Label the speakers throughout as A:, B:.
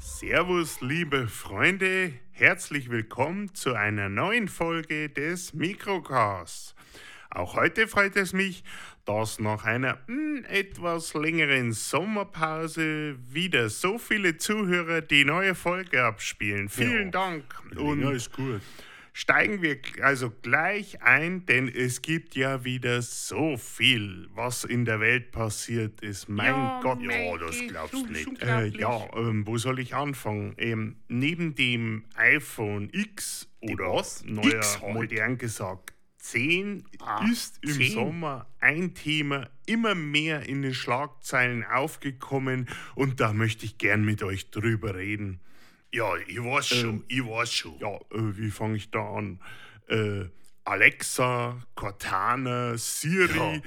A: Servus, liebe Freunde, herzlich willkommen zu einer neuen Folge des Mikrocasts. Auch heute freut es mich, dass nach einer mm, etwas längeren Sommerpause wieder so viele Zuhörer die neue Folge abspielen. Vielen Dank und
B: ja, ist gut.
A: steigen wir also gleich ein, denn es gibt ja wieder so viel, was in der Welt passiert ist. Mein
C: Ja,
A: Gott,
C: mein
A: ja, das
C: Gott,
A: glaubst
C: so
A: du nicht. Äh,
C: unglaublich.
A: ja, ähm, wo soll ich anfangen? Ähm, neben dem iPhone X oder
B: was?
A: neuer
B: X halt. Ah,
A: modern gesagt 10 ist im
B: 10.
A: Sommer ein Thema immer mehr in den Schlagzeilen aufgekommen und da möchte ich gern mit euch drüber reden.
B: Ja, ich weiß schon, ich weiß schon.
A: Ähm, Ja, äh, wie fange ich da an? Äh, Alexa, Cortana, Siri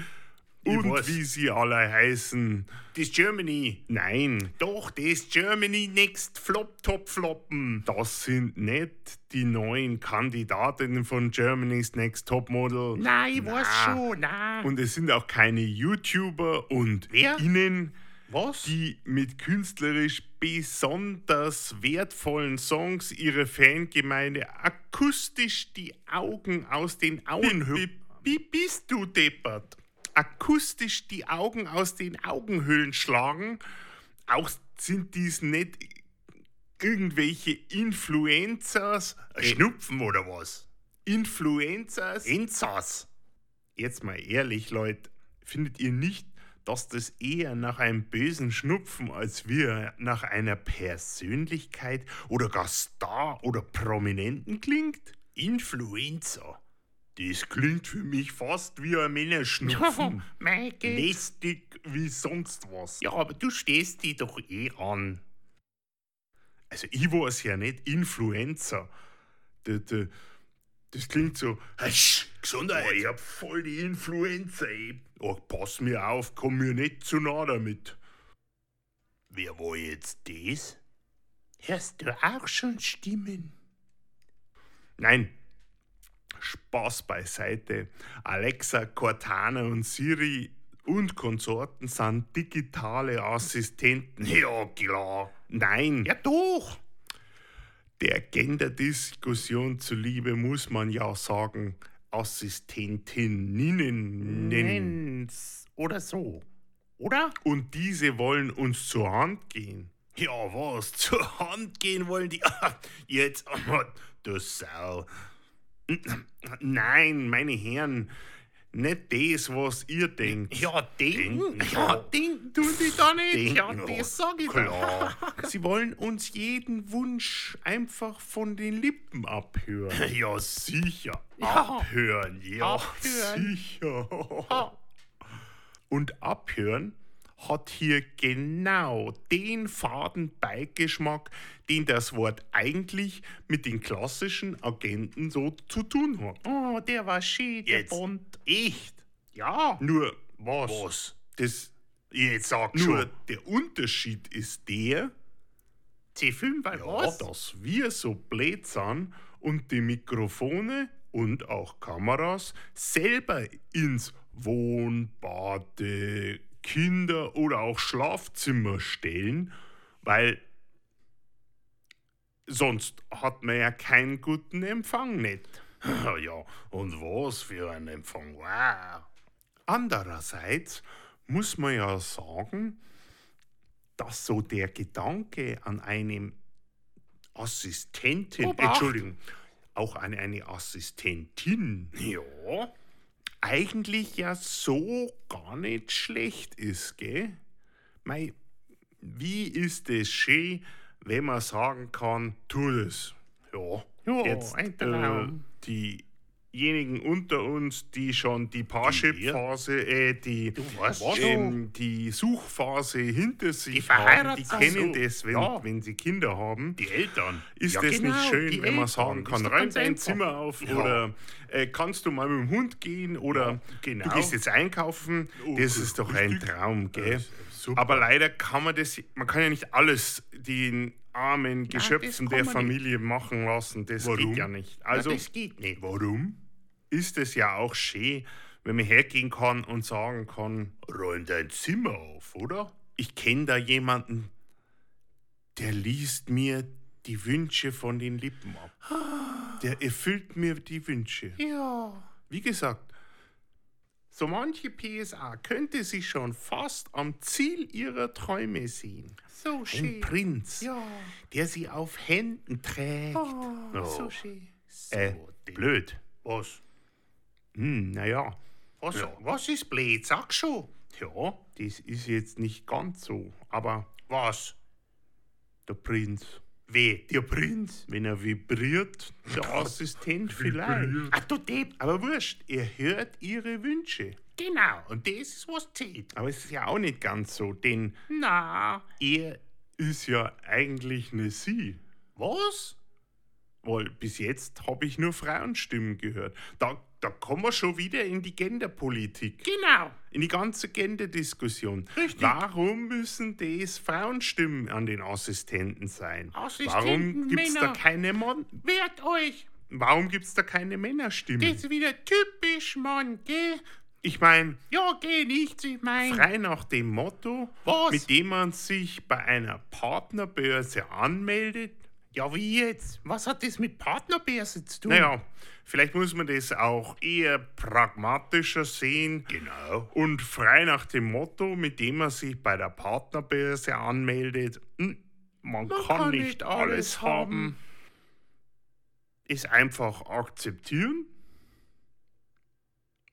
B: ich
A: und
B: weiß.
A: wie sie alle heißen.
B: Das Germany.
A: Nein,
B: Doch, das Germany Next Flop Top Floppen.
A: das sind nicht die neuen Kandidatinnen von Germany's Next Topmodel.
C: Nein, ich weiß
A: Na.
C: schon, nein.
A: Und es sind auch keine YouTuber und
B: Wer?
A: Innen,
B: Was?
A: die mit künstlerisch besonders wertvollen Songs ihre Fangemeinde akustisch die Augen aus den Augen
B: Wie,
A: hüpfen.
B: wie bist du deppert?
A: akustisch die Augen aus den Augenhöhlen schlagen. Auch sind dies nicht irgendwelche Influencers.
B: Schnupfen oder was?
A: Influencers.
B: Enzas.
A: Jetzt mal ehrlich, Leute, findet ihr nicht, dass das eher nach einem bösen Schnupfen als wir nach einer Persönlichkeit oder gar Star oder Prominenten klingt?
B: Influenza. Das klingt für mich fast wie ein
A: Schnupfen.
B: Männerschnupfen.
C: mein Gott.
A: Lästig wie sonst was.
B: Ja, aber du stehst die doch eh an.
A: Also ich weiß ja nicht, Influencer. Das, das, das klingt so,
B: Hasch, Gesundheit.
A: boah, ich hab voll die Influenza. ey. Oh, pass mir auf, komm mir nicht zu nah damit.
B: Wer war jetzt das? Hörst du auch schon Stimmen?
A: Nein. Spaß beiseite. Alexa, Cortana und Siri und Konsorten sind digitale Assistenten. Ja, klar. Nein.
B: Ja doch.
A: Der Genderdiskussion zuliebe muss man ja sagen, Assistentinnen nennen.
B: Nenn's oder so. Oder?
A: Und diese wollen uns zur Hand gehen.
B: Ja, was? Zur Hand gehen wollen die. Ah, Jetzt, ah, du Sau.
A: Nein, meine Herren, nicht das, was ihr denkt.
B: Ja, den.
A: Denken,
B: Ja,
A: ja.
B: den tun die da nicht.
A: Denken,
B: ja,
A: ja,
B: das sag ich
A: Klar. Sie wollen uns jeden Wunsch einfach von den Lippen abhören.
B: dir. Ja, sicher.
C: Ja.
B: Abhören. Ja,
C: Abhören.
A: Sicher.
C: Ah,
A: Und abhören hat hier genau den faden Beigeschmack, den das Wort eigentlich mit den klassischen Agenten so zu tun hat.
C: oh, der war schön, der
B: Jetzt.
C: Bond.
B: Echt?
C: Ja,
A: Nur was?
B: Was?
A: Das,
B: Jetzt sag
A: nur
B: schon.
A: der Unterschied ist der,
C: C5 bei
A: ja,
C: was?
A: dass wir so blöd sind und die Mikrofone und auch Kameras selber ins Wohn, Bade, Kinder oder auch Schlafzimmer stellen, weil sonst hat man ja keinen guten Empfang nicht.
B: Ja, und was für ein Empfang. Wow.
A: Andererseits muss man ja sagen, dass so der Gedanke an einem Assistentin,
C: Obacht.
A: Entschuldigung, auch an eine Assistentin
B: Ja.
A: eigentlich ja so gar nicht schlecht ist, gell? Mei, wie ist es schön, wenn man sagen kann, tu das. Ja,
C: Ja,
A: jetzt
C: ein
A: äh,
C: Traum.
A: diejenigen unter uns, die schon die Parship-Phase, äh, die,
B: weißt
A: ähm, die Suchphase hinter sich haben, die
C: verheiratet sind.
A: kennen
C: So,
A: das, wenn,
C: ja.
A: wenn sie Kinder haben.
B: Die Eltern.
A: Ist
B: ja,
A: das
C: genau,
A: nicht
C: die
A: schön, wenn man
C: Eltern.
A: sagen
C: Ist
A: kann,
C: doch
A: räum
C: ganz
A: dein
C: einfach.
A: Zimmer auf
B: Ja.
A: oder äh, kannst du mal mit dem Hund gehen oder
B: genau.
A: du gehst jetzt einkaufen?
B: Oh,
A: das
B: gut,
A: ist doch ein
B: richtig.
A: Traum, gell?
B: ist äh, super.
A: Aber leider kann man das, man kann ja nicht alles den armen Geschöpfen
C: kann
A: der
C: man
A: Familie machen lassen. Das
B: Warum?
A: geht ja nicht. Also
C: Na, das geht nicht.
A: warum? Ist es ja auch schön, wenn man hergehen kann und sagen kann,
B: Räum dein Zimmer auf, oder?
A: ich kenne da jemanden, der liest mir die Wünsche von den Lippen ab. Der erfüllt mir die Wünsche.
C: Ja.
A: Wie gesagt, so manche PSA könnte sich schon fast am Ziel ihrer Träume sehen.
C: So
A: Ein
C: schön.
A: Prinz,
C: Ja.
A: der sie auf Händen trägt.
C: Oh,
A: Oh.
C: So schön.
A: Äh,
B: die-
A: blöd.
C: Was?
A: Hm, naja,
C: Was, was ist blöd? Sag schon.
A: ja, das ist jetzt nicht ganz so. Aber
C: Was?
A: der Prinz,
C: Wie?
A: der Prinz, wenn er vibriert, der Assistent vielleicht.
C: Ach du Depp.
A: Aber wurscht, er hört ihre Wünsche.
C: Genau. Und das ist was zählt.
A: Aber es ist ja auch nicht ganz so, denn
C: Na.
A: er ist ja eigentlich eine Sie.
C: Was?
A: Weil bis jetzt habe ich nur Frauenstimmen gehört. Da, da kommen wir schon wieder in die Genderpolitik.
C: Genau.
A: In die ganze Genderdiskussion.
C: Richtig.
A: Warum müssen das Frauenstimmen an den Assistenten sein?
C: Assistenten,
A: Warum gibt's da
C: Männer.
A: keine Mann?
C: Wehrt euch.
A: Warum gibt's da keine Männerstimmen?
C: Das ist wieder typisch, Mann, gell?
A: Ich meine,
C: Ja, geh nicht, ich mein.
A: frei nach dem Motto,
C: Was?
A: mit dem man sich bei einer Partnerbörse anmeldet.
C: Ja, wie jetzt? Was hat das mit Partnerbärse zu tun?
A: Naja, vielleicht muss man das auch eher pragmatischer sehen.
B: Genau.
A: Und frei nach dem Motto, mit dem man sich bei der Partnerbörse anmeldet, hm, man, kann,
C: kann
A: nicht,
C: nicht
A: alles
C: alles
A: haben, ist einfach akzeptieren.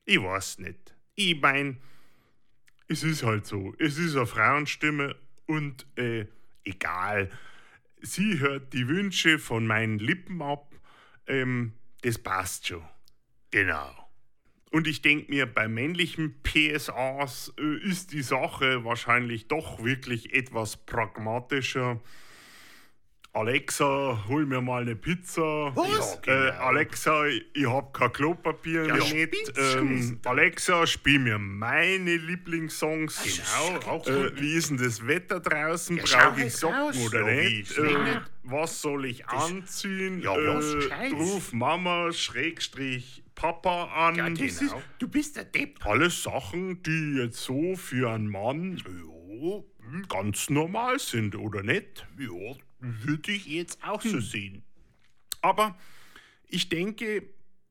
A: Ich weiß nicht. Ich mein, es ist halt so. Es ist eine Frauenstimme und äh, egal. Sie hört die Wünsche von meinen Lippen ab. Ähm, das passt schon.
B: Genau.
A: Und ich denke mir, bei männlichen PSAs äh, ist die Sache wahrscheinlich doch wirklich etwas pragmatischer. Alexa, hol mir mal eine Pizza.
C: Was?
A: Ja,
B: genau.
A: äh, Alexa, ich hab kein Klopapier mehr mit.
C: spinnst du?
A: Ähm, Alexa, spiel mir meine Lieblingssongs.
B: Genau, auch
A: Äh, wie ist denn das Wetter draußen?
C: schau
A: Brauche ich
C: halt
A: Socken
C: raus.
A: oder
B: Ja, wie
A: nicht?
B: ist denn
A: Äh,
C: das?
A: was soll ich anziehen?
B: Ja,
A: äh,
B: was?
C: Scheiß.
A: ruf Mama, Schrägstrich, Papa an.
B: Ja,
C: Das ist,
B: genau.
C: du bist der Depp.
A: Alles Sachen, die jetzt so für einen Mann ja, ganz normal sind, oder nicht?
B: Ja, würde ich jetzt auch
C: Hm.
A: Hm.
B: so sehen.
A: Aber ich denke,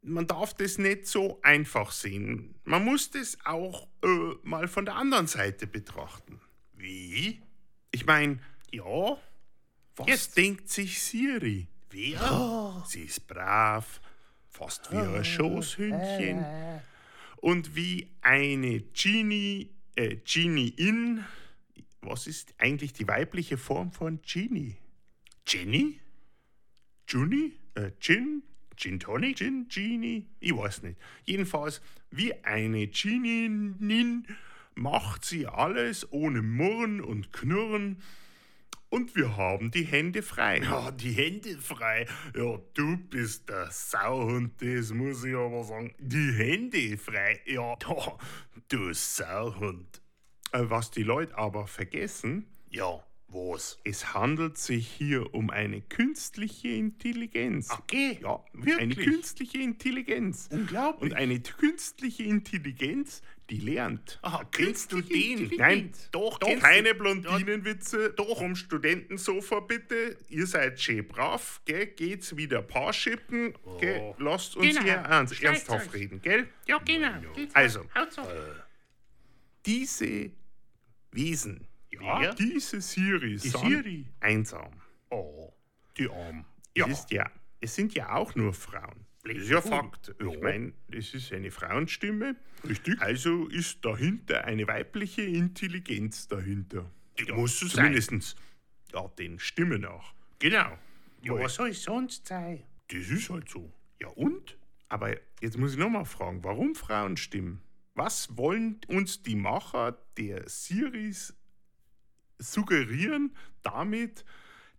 A: man darf das nicht so einfach sehen. Man muss das auch äh, mal von der anderen Seite betrachten.
B: Wie?
A: Ich meine,
B: Ja,
A: was denkt sich Siri?
B: wer?
A: Sie ist brav, fast wie ein Schoßhündchen. Und wie eine Genie, äh, Genie in, was ist eigentlich die weibliche Form von Genie?
B: Jenny?
A: Juni? Äh, Gin? Gin Tonic? Gin, Genie? Ich weiß nicht. Jedenfalls, wie eine Genienin macht sie alles ohne Murren und Knurren. Und wir haben die Hände frei.
B: Ja, die Hände frei.
A: Ja, du bist der Sauhund, das muss ich aber sagen. Die Hände frei, ja.
B: Da, du Sauhund.
A: Äh, Was die Leute aber vergessen,
B: Ja, was?
A: es handelt sich hier um eine künstliche Intelligenz.
B: Okay. Ja,
A: Eine
B: wirklich.
A: künstliche Intelligenz.
B: Unglaublich.
A: Und eine künstliche Intelligenz, die lernt.
B: Aha, kennst du den?
A: Nein,
B: doch,
A: doch
B: kennst
A: keine
B: du-
A: Blondinenwitze. Doch, um Studentensofa bitte. Ihr seid schön brav, gell? Geht's wieder Paar schippen, gell?
B: Oh.
A: Lasst uns
C: Genau.
A: hier ernst,
C: Schleicht's
A: ernsthaft
C: euch.
A: reden, gell?
C: Ja, genau. Geht's
A: Also.
C: mal. Haut's ab.
A: Diese Wesen,
B: Ja.
A: ja, diese Siri, die
B: Siri.
A: einsam.
B: Oh, die Arm.
A: Es, ist ja, es sind ja auch nur Frauen. Das ist ja Fakt. Ich meine, es ist eine Frauenstimme.
B: Richtig.
A: Also ist dahinter eine weibliche Intelligenz dahinter.
B: Die muss es sein.
A: Zumindest ja, den Stimmen nach.
B: Genau.
C: Ja, was soll ich sonst sein?
A: Das ist halt so.
B: Ja, und?
A: Aber jetzt muss ich nochmal fragen, warum Frauenstimmen? Was wollen uns die Macher der Series suggerieren damit,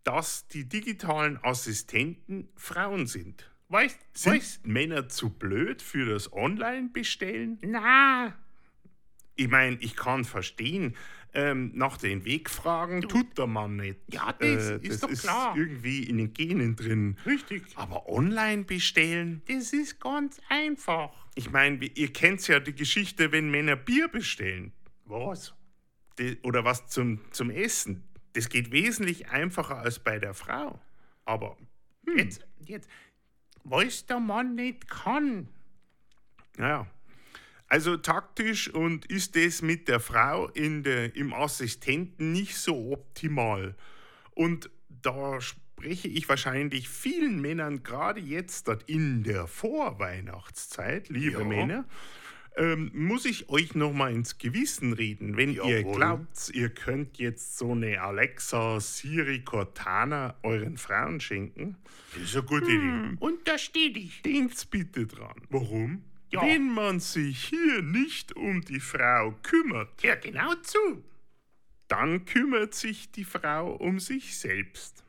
A: dass die digitalen Assistenten Frauen sind?
C: Weißt
A: Sind
C: weißt-
A: Männer zu blöd für das Online-Bestellen?
C: Na,
A: Ich meine, ich kann verstehen, ähm, nach den Wegfragen tut der Mann nicht. Äh,
C: Ja, das ist
A: das
C: doch
A: ist
C: klar.
A: irgendwie in den Genen drin.
C: richtig.
A: Aber online bestellen?
C: Das ist ganz einfach.
A: Ich meine, wie- ihr kennt ja die Geschichte, wenn Männer Bier bestellen
B: Was?
A: die- oder was zum, zum Essen. Das geht wesentlich einfacher als bei der Frau. Aber hm,
C: Jetzt, jetzt, was der Mann nicht kann.
A: naja. Also taktisch und ist das mit der Frau in der, im Assistenten nicht so optimal. Und da spreche ich wahrscheinlich vielen Männern gerade jetzt dort in der Vorweihnachtszeit, liebe
B: Ja.
A: Männer, ähm, muss ich euch nochmal ins Gewissen reden. Wenn ihr
B: Jawohl.
A: glaubt, ihr könnt jetzt so eine Alexa, Siri, Cortana euren Frauen schenken, Hm.
B: Das ist eine gute Idee.
C: Und da steht ich.
A: denkt bitte dran.
B: Warum?
C: Ja.
A: Wenn man sich hier nicht um die Frau kümmert,
C: Hör genau zu.
A: dann kümmert sich die Frau um sich selbst.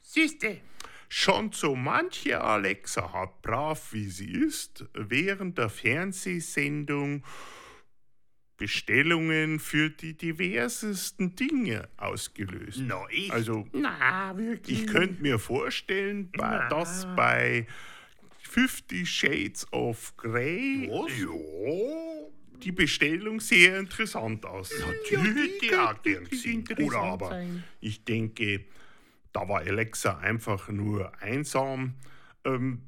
C: Siehste,
A: Schon so manche Alexa hat brav wie sie ist, während der Fernsehsendung Bestellungen für die diversesten Dinge ausgelöst.
B: Na, ich.
A: Also
C: na, wirklich.
A: ich könnte mir vorstellen, bei- dass bei Fifty Shades of Grey
B: was?
A: die Bestellung sehr interessant aussieht.
B: Natürlich hätte ich auch gern
C: wirklich
B: gesehen.
C: interessant
A: Oder aber
C: sein.
A: ich denke, da war Alexa einfach nur einsam. Ähm,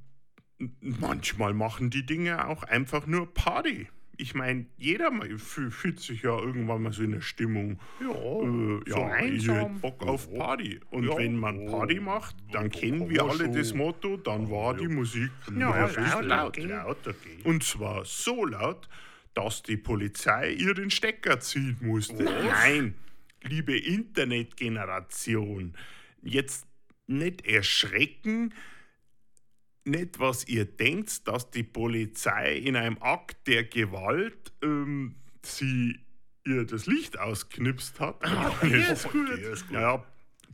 A: m- manchmal machen die Dinge auch einfach nur Party. Ich meine, jeder mal- fü- fühlt sich ja irgendwann mal so in der Stimmung.
C: Ja,
A: äh,
C: so
A: ja, ich hätte
C: einsam. Oh.
A: Bock auf Party. Und
B: Ja.
A: wenn man Party macht, dann kennen wir alle das Motto, dann war die Musik
C: Ja,
A: richtig
C: laut,
A: laut.
C: gell?
B: Lauter geht.
A: Und zwar so laut, dass die Polizei ihr den Stecker ziehen musste. Nein, liebe Internetgeneration, jetzt nicht erschrecken, nicht was ihr denkt, dass die Polizei in einem Akt der Gewalt ähm, sie ihr das Licht ausknipst hat. Ah,
B: der ist gut. Der ist gut.
A: Naja,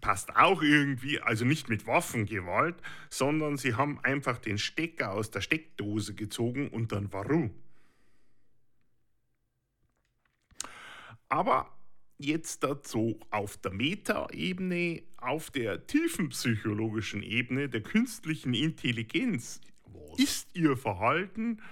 A: passt auch irgendwie, also nicht mit Waffengewalt, sondern sie haben einfach den Stecker aus der Steckdose gezogen und dann warum? Aber jetzt dazu auf der Meta-Ebene, auf der tiefen psychologischen Ebene der künstlichen Intelligenz ist ihr Verhalten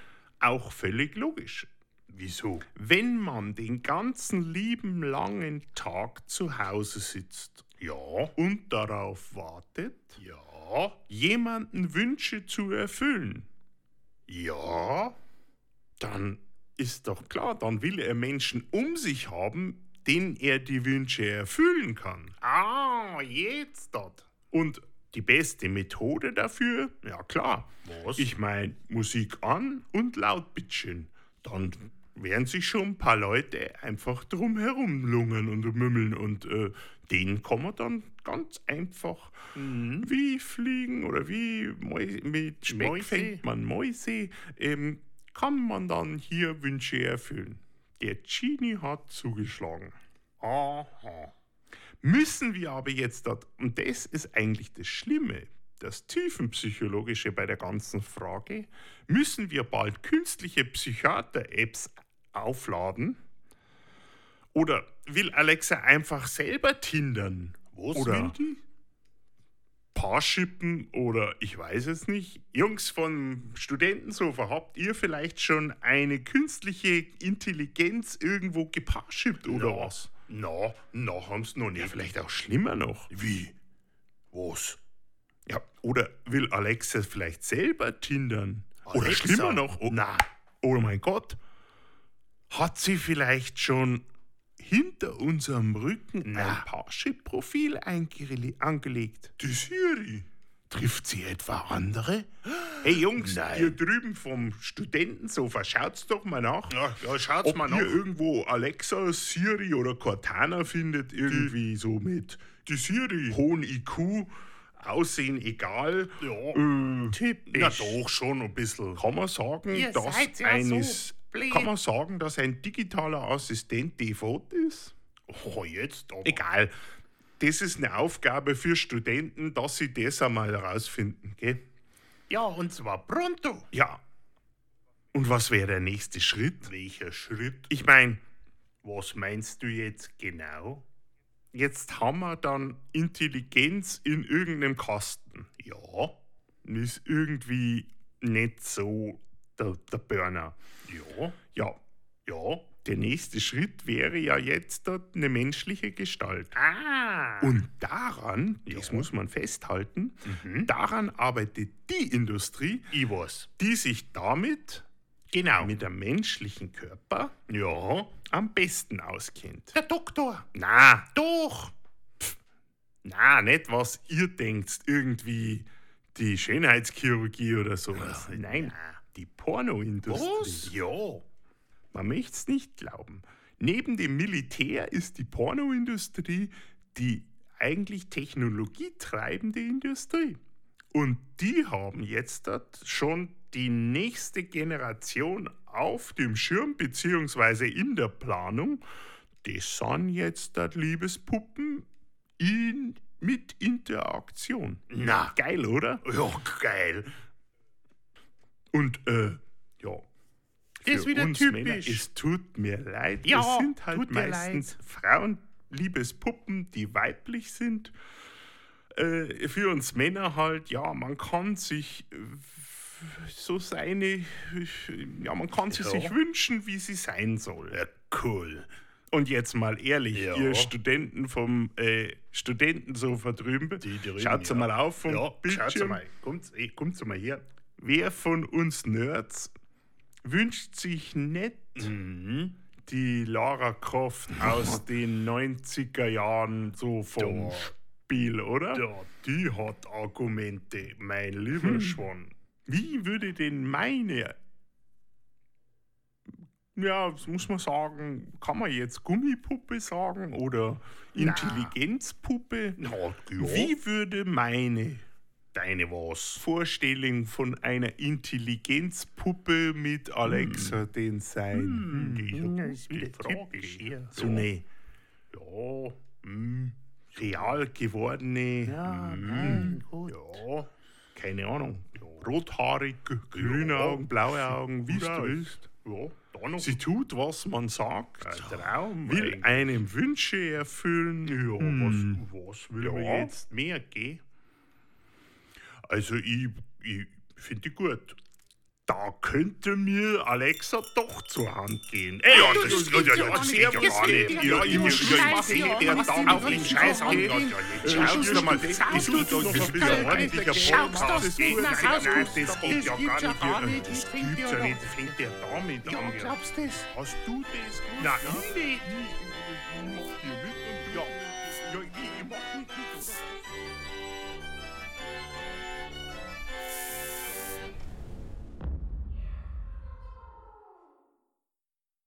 A: auch völlig logisch.
B: Wieso?
A: Wenn man den ganzen lieben langen Tag zu Hause sitzt
B: Ja.
A: und darauf wartet,
B: Ja.
A: jemanden Wünsche zu erfüllen,
B: Ja.
A: dann ist doch klar, dann will er Menschen um sich haben, denen er die Wünsche erfüllen kann.
B: Ah, jetzt dort.
A: Und die beste Methode dafür, ja klar,
B: Was?
A: ich meine, Musik an und laut bitteschön. Dann werden sich schon ein paar Leute einfach drum herum lungern und mümmeln und äh, denen kann man dann ganz einfach wie Fliegen oder wie Mäu mit Speck
B: Mhm. Mäuse.
A: fängt man Mäuse, ähm, kann man dann hier Wünsche erfüllen. Der Genie hat zugeschlagen.
B: Aha.
A: Müssen wir aber jetzt dort, und das ist eigentlich das Schlimme, das Tiefenpsychologische bei der ganzen Frage, müssen wir bald künstliche Psychiater-Apps aufladen? Oder will Alexa einfach selber tindern?
B: Was
A: oder
B: will die?
A: Paarschippen oder ich weiß es nicht. Jungs von Studentensofa, habt ihr vielleicht schon eine künstliche Intelligenz irgendwo gepaarschippt oder
B: Ja.
A: was? Oh,
B: Na, na, haben's noch nicht.
A: Ja, vielleicht auch schlimmer noch.
B: Wie? Was?
A: Ja, oder will Alexa vielleicht selber tindern? Oder
B: Alexa?
A: schlimmer noch, oh,
B: Na.
A: oh mein Gott, hat sie vielleicht schon hinter unserem Rücken
B: Na.
A: ein Parship-Profil eingele- angelegt?
B: Die Siri. Trifft sie etwa andere?
A: Hey Jungs,
B: Nein.
A: hier drüben vom Studentensofa, schaut's doch mal nach.
B: Ja, ja schaut's
A: Ob ihr irgendwo Alexa, Siri oder Cortana findet, irgendwie so mit
B: Die Siri.
A: hohen IQ, Aussehen egal.
B: Ja.
A: Äh,
C: Typisch.
B: Na doch, schon ein bisschen.
A: kann man sagen,
C: Ihr
A: dass
C: seid ja
A: eines,
C: so blöd.
A: kann man sagen, dass ein digitaler Assistent devot ist?
B: Oh, jetzt aber.
A: Egal. Das ist eine Aufgabe für Studenten, dass sie das einmal herausfinden, gell?
C: Ja, und zwar pronto.
A: Ja. Und was wäre der nächste Schritt?
B: Welcher Schritt?
A: Ich meine,
B: Was meinst du jetzt genau?
A: jetzt haben wir dann Intelligenz in irgendeinem Kasten.
B: Ja.
A: Das ist irgendwie nicht so der, der Burner.
B: Ja.
A: Ja,
B: Ja.
A: Der nächste Schritt wäre ja jetzt dort eine menschliche Gestalt.
B: Ah.
A: Und daran, das muss man festhalten,
B: Mhm.
A: daran arbeitet die Industrie,
B: ich weiß.
A: die sich damit,
B: Genau.
A: mit dem menschlichen Körper,
B: Ja.
A: am besten auskennt.
B: Der Doktor.
A: Na,
B: Doch.
A: na, nicht was ihr denkt, irgendwie die Schönheitschirurgie oder sowas. Nein,
C: Ah.
A: die Pornoindustrie.
B: Was? Ja.
A: Man möchte es nicht glauben. Neben dem Militär ist die Pornoindustrie die eigentlich technologietreibende Industrie. Und die haben jetzt dort schon die nächste Generation auf dem Schirm beziehungsweise in der Planung. Die sind jetzt dort Liebespuppen in, mit Interaktion.
B: Na.
A: Geil, oder?
B: Ja, geil.
A: Und äh, ja.
C: Das ist
A: für
C: wieder
A: uns
C: typisch.
A: Männer, es tut mir leid.
C: Ja,
A: es sind halt
C: tut mir
A: meistens Frauen, Liebespuppen, die weiblich sind. Äh, für uns Männer halt, ja, man kann sich äh, so seine, ja, man kann sie
B: Ja.
A: sich wünschen, wie sie sein soll.
B: Ja, cool.
A: Und jetzt mal ehrlich,
B: Ja.
A: ihr Studenten vom äh, Studentensofa drüben,
B: Die drüben,
A: schaut
B: ja.
A: mal auf vom
B: Ja, schaut's
A: Bildschirm.
B: mal. Kommt, eh, kommt mal her.
A: Wer von uns Nerds wünscht sich nicht die Lara Croft aus den 90er Jahren so
B: Ja.
A: vom Spiel, oder?
B: Ja,
A: die hat Argumente, mein lieber
C: Hm.
A: Schwan. Wie würde denn meine. Ja, das muss man sagen, kann man jetzt Gummipuppe sagen oder Intelligenzpuppe?
B: Na, ja.
A: Wie würde meine
B: Deine was?
A: Vorstellung von einer Intelligenzpuppe mit Alexa denn sein?
B: Hm,
C: das ist wieder typisch hier.
A: So eine
B: Ja.
A: hm, real gewordene,
C: Ja,
A: hm,
C: nein, gut.
B: mhm. Ja.
A: keine Ahnung, rothaarig, grüne
B: Ja.
A: Augen, blaue Augen, wie
B: Ja.
A: du willst.
B: Ja. Da noch.
A: Sie tut, was man sagt,
B: Ein Traum.
A: will
B: eigentlich.
A: einem Wünsche erfüllen.
B: ja,
A: Hm.
B: was, was will man
A: Ja.
B: jetzt mehr, gell? Also, ich, ich finde die gut.
A: Da könnte mir Alexa doch zur Hand gehen.
B: Ey, ja,
C: das geht ja gar nicht. Das geht ja
B: Ja,
C: gar
B: ich muss
C: nicht.
B: schon
C: Scheiß,
B: was
C: ja.
B: sehen, der
C: Was
B: da
C: denn
B: auf den
C: jetzt
B: Scheiß
C: noch?
B: angeht.
C: Geht?
B: Schaust du mal, das
A: Schaust du
B: tut
A: doch
B: doch
A: das
B: das
A: Bild an,
B: ein ordentlicher
A: das
C: Schaust
B: Podcast.
C: das Bild
B: Nein,
C: nach
B: nein,
C: Hause,
B: nein, Das geht ja
C: das gibt's ja
B: gar
C: gar
B: nicht.
C: nicht.
B: Das
C: Das fängt
B: gibt's ja
C: ja
B: nicht.
C: noch.
B: Fängt der damit
C: Ja,
B: an?
C: glaubst du das?
B: Hast du das gewusst?
A: Nein,
B: Nein,
A: ich, ich, ich mach dir wirklich